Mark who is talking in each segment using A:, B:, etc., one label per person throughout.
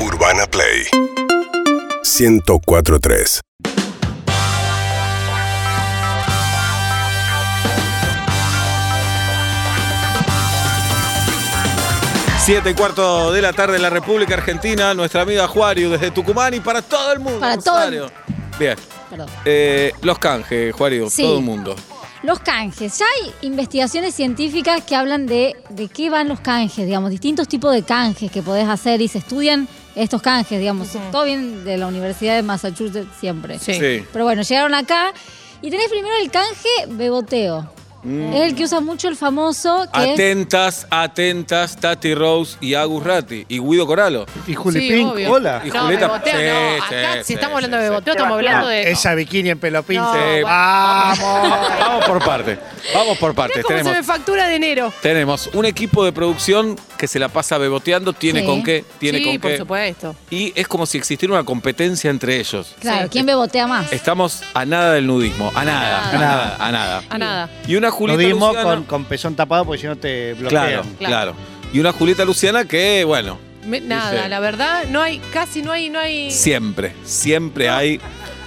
A: Urbana Play 1043
B: Siete y cuarto de la tarde en la República Argentina, nuestra amiga Juario desde Tucumán y para todo el mundo.
C: Para todo el-
B: Rosario. Bien.
C: Perdón.
B: Eh, los canjes, Juario,
C: Sí.
B: todo el mundo.
C: Los canjes. Ya hay investigaciones científicas que hablan de de qué van los canjes, digamos, distintos tipos de canjes que podés hacer y se estudian estos canjes, digamos. Todo bien de la Universidad de Massachusetts siempre.
D: Sí.
C: Pero bueno, llegaron acá y tenés primero el canje beboteo.
B: Mm.
C: Es el que usa mucho el famoso que es-
B: Atentas, atentas, Tati Rose y Agus Ratti y Guido Coralo.
E: Y Juli
D: Sí,
E: Pink,
D: obvio.
E: hola.
B: Y
D: no,
B: Julieta-
D: beboteo, no.
B: Sí,
D: Acá,
B: sí,
D: si estamos
B: sí,
D: hablando
B: sí,
D: de
B: sí.
D: beboteo, estamos hablando de.
E: Ah, Esa bikini en pelopince.
D: No, bueno.
E: ¡Vamos!
B: Vamos por parte. Vamos por partes.
D: Mirá Ah, cómo se
B: Tenemos,
D: me factura de enero.
B: tenemos un equipo de producción que se la pasa beboteando, tiene
C: Sí.
B: con qué, tiene
D: sí,
B: con
D: por
B: qué.
D: supuesto.
B: Y es como si existiera una competencia entre ellos.
C: Claro,
D: Sí.
C: ¿quién bebotea más?
B: Estamos a nada del nudismo, a nada, a nada, a nada.
D: A nada.
B: Y una
E: Lo
B: Julieta
E: dimos
B: Luciana.
E: con, con pezón tapado porque si no te bloquean.
B: claro, claro, Y una Julieta Luciana que, bueno,
D: Me- nada,
B: Dice-
D: la verdad, no hay, casi no hay, no hay.
B: siempre, siempre hay.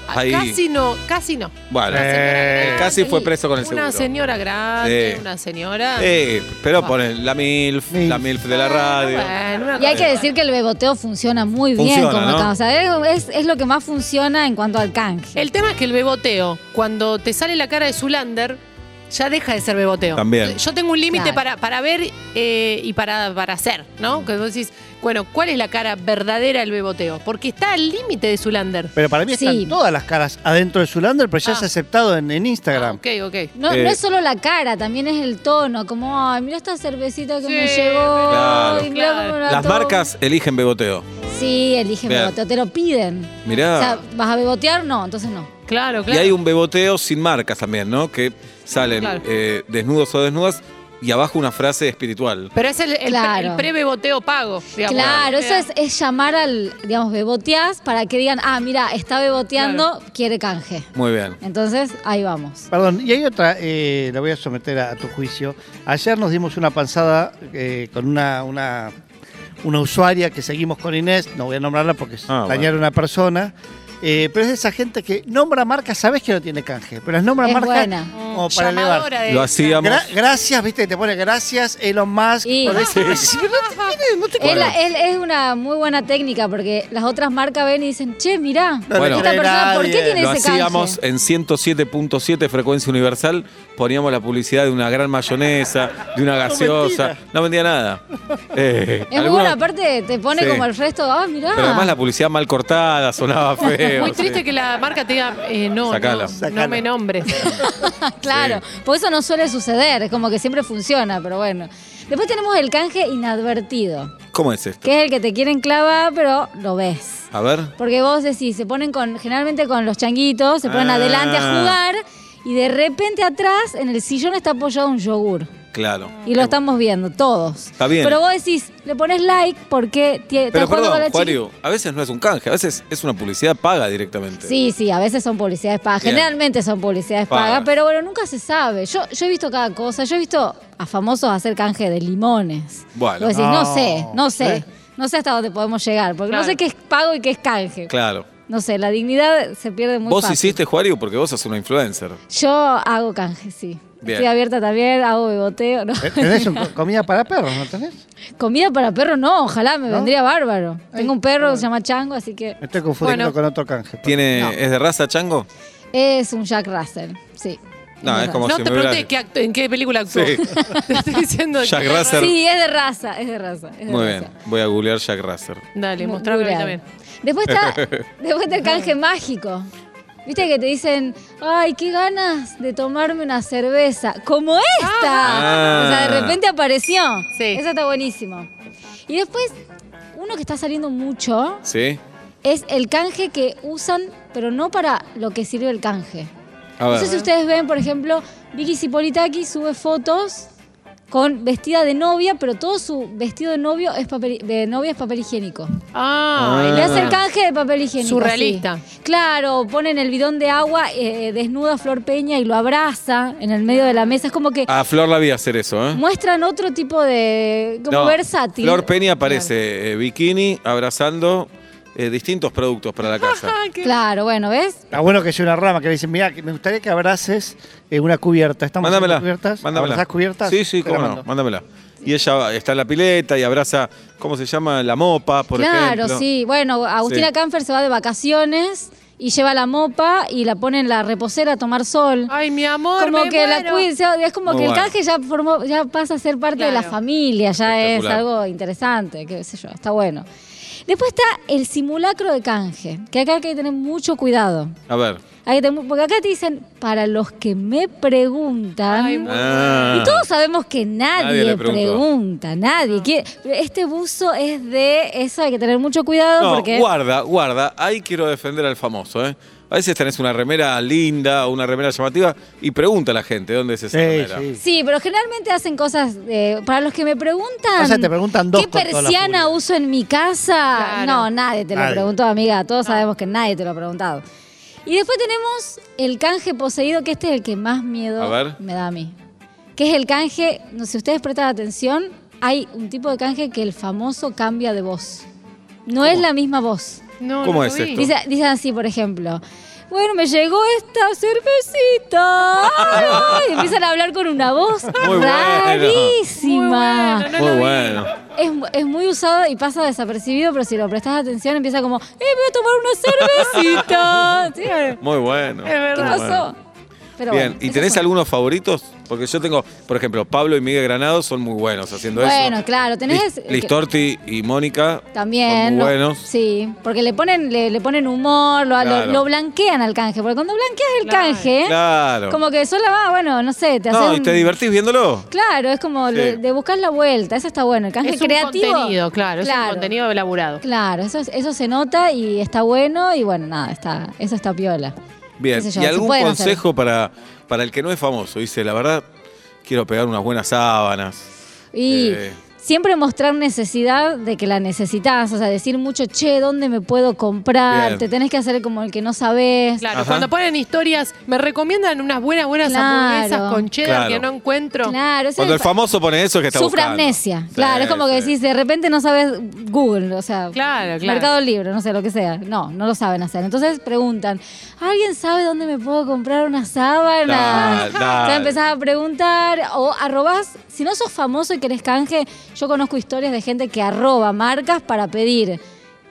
B: hay-
D: Ah, Casi no, casi no.
B: Bueno,
E: Eh.
B: casi fue preso con el seguro.
D: Una señora grande,
B: Sí.
D: una señora.
B: Eh, pero ponen la MILF,
E: Milf.
B: la MILF de la radio.
D: Bueno, una
C: Y hay
D: cosa-
C: que decir que el beboteo funciona muy bien
B: Funciona,
C: como
B: ¿no?
C: acá. O sea, es, es lo que más funciona en cuanto al canje.
D: El tema es que el beboteo, cuando te sale la cara de Zulander, ya deja de ser beboteo.
B: También.
D: Yo tengo un límite
C: Claro.
D: para, para ver eh, y para, para hacer, ¿no? Que vos decís, bueno, ¿cuál es la cara verdadera del beboteo? Porque está al límite de Zulander.
E: Pero para mí están
C: Sí.
E: todas las caras adentro de Zulander, pero ya
D: Ah.
E: es aceptado en, en
D: Ah,
E: Instagram.
D: ok, ok.
C: No,
B: Eh.
C: no es solo la cara, también es el tono, como, ay, mira esta cervecita que
D: Sí,
C: me llegó.
B: claro.
C: y mirá cómo
D: Claro.
C: la
B: Las
C: tomo".
B: marcas eligen beboteo.
C: Sí, eligen
B: Bien.
C: beboteo, te lo piden.
B: Mirá.
C: O sea, ¿vas a bebotear? No, entonces no.
D: Claro,
B: Y
D: claro.
B: hay un beboteo sin marcas también, ¿no? Que salen
D: Claro.
B: eh, desnudos o desnudas y abajo una frase espiritual.
D: Pero es el, el pre-
C: Claro.
D: el pre-beboteo pago, digamos.
C: claro, eso
D: Queda-
C: es, es llamar al, digamos, beboteás para que digan, ah, mira, está beboteando, quiere canje.
B: Muy bien.
C: Entonces, ahí vamos.
E: Perdón, y hay otra, eh, la voy a someter a, a tu juicio. Ayer nos dimos una panzada eh, con una, una, una usuaria que seguimos con Inés, no voy a nombrarla porque es
B: Ah,
E: dañar a una persona. eh, pero es de esa gente que nombra marcas, sabes que no tiene canje, pero las nombra
C: Es
E: marcas
C: buena.
E: como para elevar.
D: Llamadora de-
B: Lo hacíamos.
E: Gra- gracias, viste, te pone gracias, Elon Musk.
C: Y-
E: por eso-
C: Es,
B: Bueno.
C: la- es- es una muy buena técnica porque las otras marcas ven y dicen, che, mirá,
E: No le
B: Bueno.
C: esta
E: cree
C: persona, ¿por
E: nadie.
C: qué tiene
B: Lo
C: ese
B: hacíamos
C: canje?
B: en 107.7 frecuencia universal, poníamos la publicidad de una gran mayonesa, de una gaseosa,
E: mentira.
B: no vendía nada. Eh,
C: Es muy
B: alguna-
C: buena, aparte te pone
B: Sí.
C: como el resto, ah, mirá.
B: Pero además la publicidad mal cortada, sonaba feo.
D: Muy triste
B: sí.
D: que la marca te diga, eh, no,
B: Sacala.
D: no,
E: Sacala.
D: no me nombres.
C: claro,
B: Sí.
C: por eso no suele suceder, es como que siempre funciona, pero bueno. Después tenemos el canje inadvertido,
B: ¿Cómo es esto?
C: que es el que te quieren clavar, pero lo ves.
B: A ver.
C: Porque vos decís, se ponen con, generalmente con los changuitos, se ponen
B: Ah.
C: adelante a jugar y de repente atrás en el sillón está apoyado un yogur.
B: Claro.
C: Y lo estamos viendo, todos.
B: Eh. Está bien.
C: Pero vos decís, le pones like porque tie- estás
B: Pero
C: jugando con la
B: perdón,
C: chica.
B: Juario, a veces no es un canje, a veces es una publicidad paga directamente.
C: Sí, sí, a veces son publicidades pagas.
B: este, Bien.
C: Generalmente son publicidades
B: Pagas.
C: pagas, pero bueno, nunca se sabe. Yo, yo he visto cada cosa. Yo he visto a famosos hacer canje de limones.
B: Bueno.
C: Vos decís, no,
E: No.
C: sé, no sé.
E: ¿Eh?
C: No sé hasta dónde podemos llegar, porque no
D: Claro.
C: sé qué es pago y qué es canje.
B: Claro.
C: No sé, la dignidad se pierde muy
B: vos
C: fácil.
B: hiciste, Juario, porque vos sos una influencer.
C: Yo hago canje, sí.
B: Bien.
C: Estoy abierta también, hago beboteo. no.
E: Tenés un co- comida para perros, ¿no tenés?
C: Comida para perro no, ojalá, me
E: ¿No?
C: vendría bárbaro.
E: Ay,
C: Tengo un perro que
E: bueno.
C: se llama Chango, así que
E: Me estoy confundiendo
D: Bueno.
E: con otro canje.
B: ¿Tiene,
C: No.
B: ¿Es de raza, Chango?
C: es un Jack Russell, sí.
B: No, es
C: verdad.
B: como
D: No
B: si
D: te
B: me hubiera-
D: pregunté qué acto- en qué película actuó.
B: Sí.
D: Te estoy diciendo.
B: Jack
D: que-
B: Russell.
C: Sí, es de raza, es de raza. es de
B: Muy
C: raza.
B: bien, voy a googlear Jack Russell.
D: Dale, mostrame a mí
C: Googleado.
D: también.
C: Después está, después está el canje mágico. Viste que te dicen, ay, qué ganas de tomarme una cerveza, como esta.
B: Ah.
C: O sea, de repente apareció.
D: Sí.
C: Eso está buenísimo. Y después, uno que está saliendo mucho
B: ¿Sí?
C: es el canje que usan, pero no para lo que sirve el canje.
B: A
C: No
B: ver.
C: sé si ustedes ven, por ejemplo, Vicky Cipolitaki sube fotos con vestida de novia, pero todo su vestido de novio es papel, de novia es papel higiénico.
D: Ah,
B: Ah.
C: Le hace el canje de papel higiénico.
D: Surrealista.
C: sí. Claro, ponen el bidón de agua, eh, desnuda a Flor Peña y lo abraza en el medio de la mesa. Es como que
B: A Flor la vi hacer eso, ¿eh?
C: muestran otro tipo de. como
B: No,
C: versátil.
B: Flor Peña aparece eh, bikini abrazando eh, distintos productos para la casa.
D: Ah, qué-
C: Claro, bueno, ¿ves?
E: Está bueno que haya una rama que le dicen, mira, me gustaría que abraces eh, una cubierta. ¿Estamos haciendo
B: mándamela.
E: cubiertas?
B: mándamela.
E: ¿Abrazás cubiertas?
B: Sí, sí,
E: Te la
B: cómo no,
E: mando.
B: mándamela. Y ella va- está en la pileta y abraza, ¿cómo se llama? La mopa, por
C: claro,
B: ejemplo.
C: sí. Bueno, Agustina
B: Sí.
C: Canfer se va de vacaciones y lleva la mopa y la pone en la reposera a tomar sol.
D: Ay, mi amor.
C: como
D: me
C: que la
D: muero.
C: cuida, o sea, es como
B: Muy
C: que el
B: bueno.
C: canje ya formó, ya pasa a ser parte de la
D: Claro.
C: familia, ya es
B: Espectacular.
C: algo interesante, qué sé yo, está bueno. Después está el simulacro de canje, que acá hay que tener mucho cuidado.
B: A ver.
C: Hay que tener- porque acá te dicen, para los que me preguntan.
D: Ay, muy-
B: Ah.
C: y todos sabemos que nadie,
B: Nadie le preguntó.
C: pregunta, nadie. quiere- este buzo es de eso, hay que tener mucho cuidado
B: No,
C: porque.
B: guarda, guarda. Ahí quiero defender al famoso, ¿eh? A veces tenés una remera linda o una remera llamativa y pregunta a la gente dónde es esa remera.
E: Sí, sí.
C: Sí, pero generalmente hacen cosas. eh, para los que me preguntan.
E: O sea, te preguntan dos
C: ¿Qué
E: con toda la
C: persiana
E: furia.
C: uso en mi casa?
D: Claro.
C: No, nadie te lo
E: Nadie.
C: preguntó, amiga. Todos sabemos que nadie te lo ha preguntado. Y después tenemos el canje poseído, que este es el que más miedo
B: A ver.
C: me da a mí. Que es el canje, no sé si ustedes prestan atención, hay un tipo de canje que el famoso cambia de voz. No es la misma voz.
D: No,
B: ¿Cómo
D: no
B: es
D: vi.
B: esto?
C: Dice, dice así, por ejemplo. Bueno, me llegó esta cervecita. Ay, ay", y empiezan a hablar con una voz
B: bueno.
C: rarísima.
D: Muy bueno,
B: Muy
D: lo vi.
B: bueno.
C: Es, es muy usado y pasa desapercibido, pero si lo prestas atención empieza como, ¡eh, voy a tomar una cervecita! ¿Sí?
B: Muy bueno.
D: Es verdad.
C: ¿Qué
B: Muy bueno.
C: pasó? Pero
B: Bien,
C: bueno,
B: ¿y
C: esos
B: tenés
C: son.
B: algunos favoritos? Porque yo tengo, por ejemplo, Pablo y Miguel Granados son muy buenos haciendo eso.
C: Bueno, claro, tenés-
B: Lis- Listorti y Mónica
C: También.
B: son muy
C: no-
B: buenos.
C: Sí, porque le ponen, le, le ponen humor, lo, lo-
B: Claro.
C: lo blanquean al canje. Porque cuando blanqueas el
D: Claro.
C: canje,
B: Claro.
C: como que sola va, bueno, no sé, te haces.
B: no, y te divertís viéndolo.
C: Claro, es como
B: Sí.
C: de, de buscar la vuelta, eso está bueno. El canje
D: Es un
C: creativo.
D: contenido, claro, Es un contenido elaborado.
C: Claro, eso, es- eso se nota y está bueno y bueno, nada, está, eso está piola.
B: Bien,
C: Qué sé yo,
B: ¿y
C: se
B: algún
C: pueden
B: consejo para, para el que no es famoso? Dice, la verdad, quiero pegar unas buenas sábanas.
C: Y
B: Eh.
C: siempre mostrar necesidad de que la necesitas, o sea, decir mucho, che, ¿dónde me puedo comprar?
B: Bien.
C: Te tenés que hacer como el que no sabes.
D: Claro,
B: Ajá.
D: cuando ponen historias, me recomiendan unas buenas, buenas
C: Claro.
D: hamburguesas con cheddar
B: Claro.
D: que no encuentro.
C: Claro, ese
B: Cuando el
C: es Pues el-
B: famoso pone eso es que está
C: Sufre
B: buscando.
C: amnesia.
B: Sí,
C: claro, es como que
B: sí.
C: decís, de repente no sabes Google, o sea,
D: Claro, claro.
C: Mercado Libre, no sé, lo que sea. No, no lo saben hacer. Entonces preguntan, ¿alguien sabe dónde me puedo comprar una sábana?
B: Dale, dale.
C: O sea, empezás a preguntar o arrobás, si no sos famoso y querés canje, yo conozco historias de gente que arroba marcas para pedir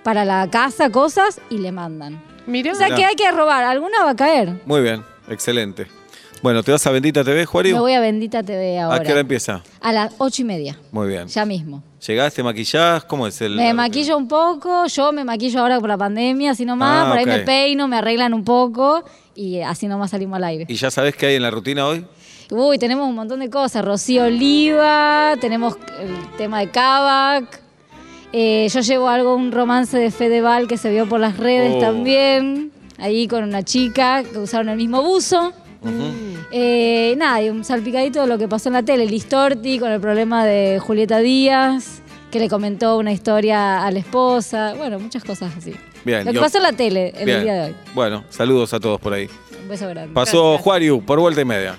C: para la casa cosas y le mandan.
D: Mirá.
C: O sea que hay que arrobar, alguna va a caer.
B: Muy bien, excelente. Bueno, ¿te vas a Bendita TV,
C: Me
B: Juario?
C: voy a Bendita TV ahora.
B: ¿A qué hora empieza?
C: A las ocho y media,
B: Muy bien.
C: ya mismo.
B: ¿Llegaste, maquillás? ¿Cómo es el...?
C: Me maquillo un poco, yo me maquillo ahora por la pandemia, así nomás,
B: Ah,
C: por ahí
B: ok.
C: me peino, me arreglan un poco y así nomás salimos al aire.
B: ¿Y ya sabés qué hay en la rutina hoy?
C: Uy, tenemos un montón de cosas, Rocío Oliva, tenemos el tema de Kavak, eh, yo llevo algo, un romance de Fedeval que se vio por las redes
B: Oh.
C: también, ahí con una chica que usaron el mismo buzo. Eh, nada, y un salpicadito de lo que pasó en la tele, Listorti con el problema de Julieta Díaz, que le comentó una historia a la esposa, bueno, muchas cosas así.
B: Bien,
C: Lo que
B: yo-
C: pasó en la tele el
B: Bien.
C: día de hoy.
B: Bueno, saludos a todos por ahí.
C: Un beso grande.
B: Pasó Juario por vuelta y media.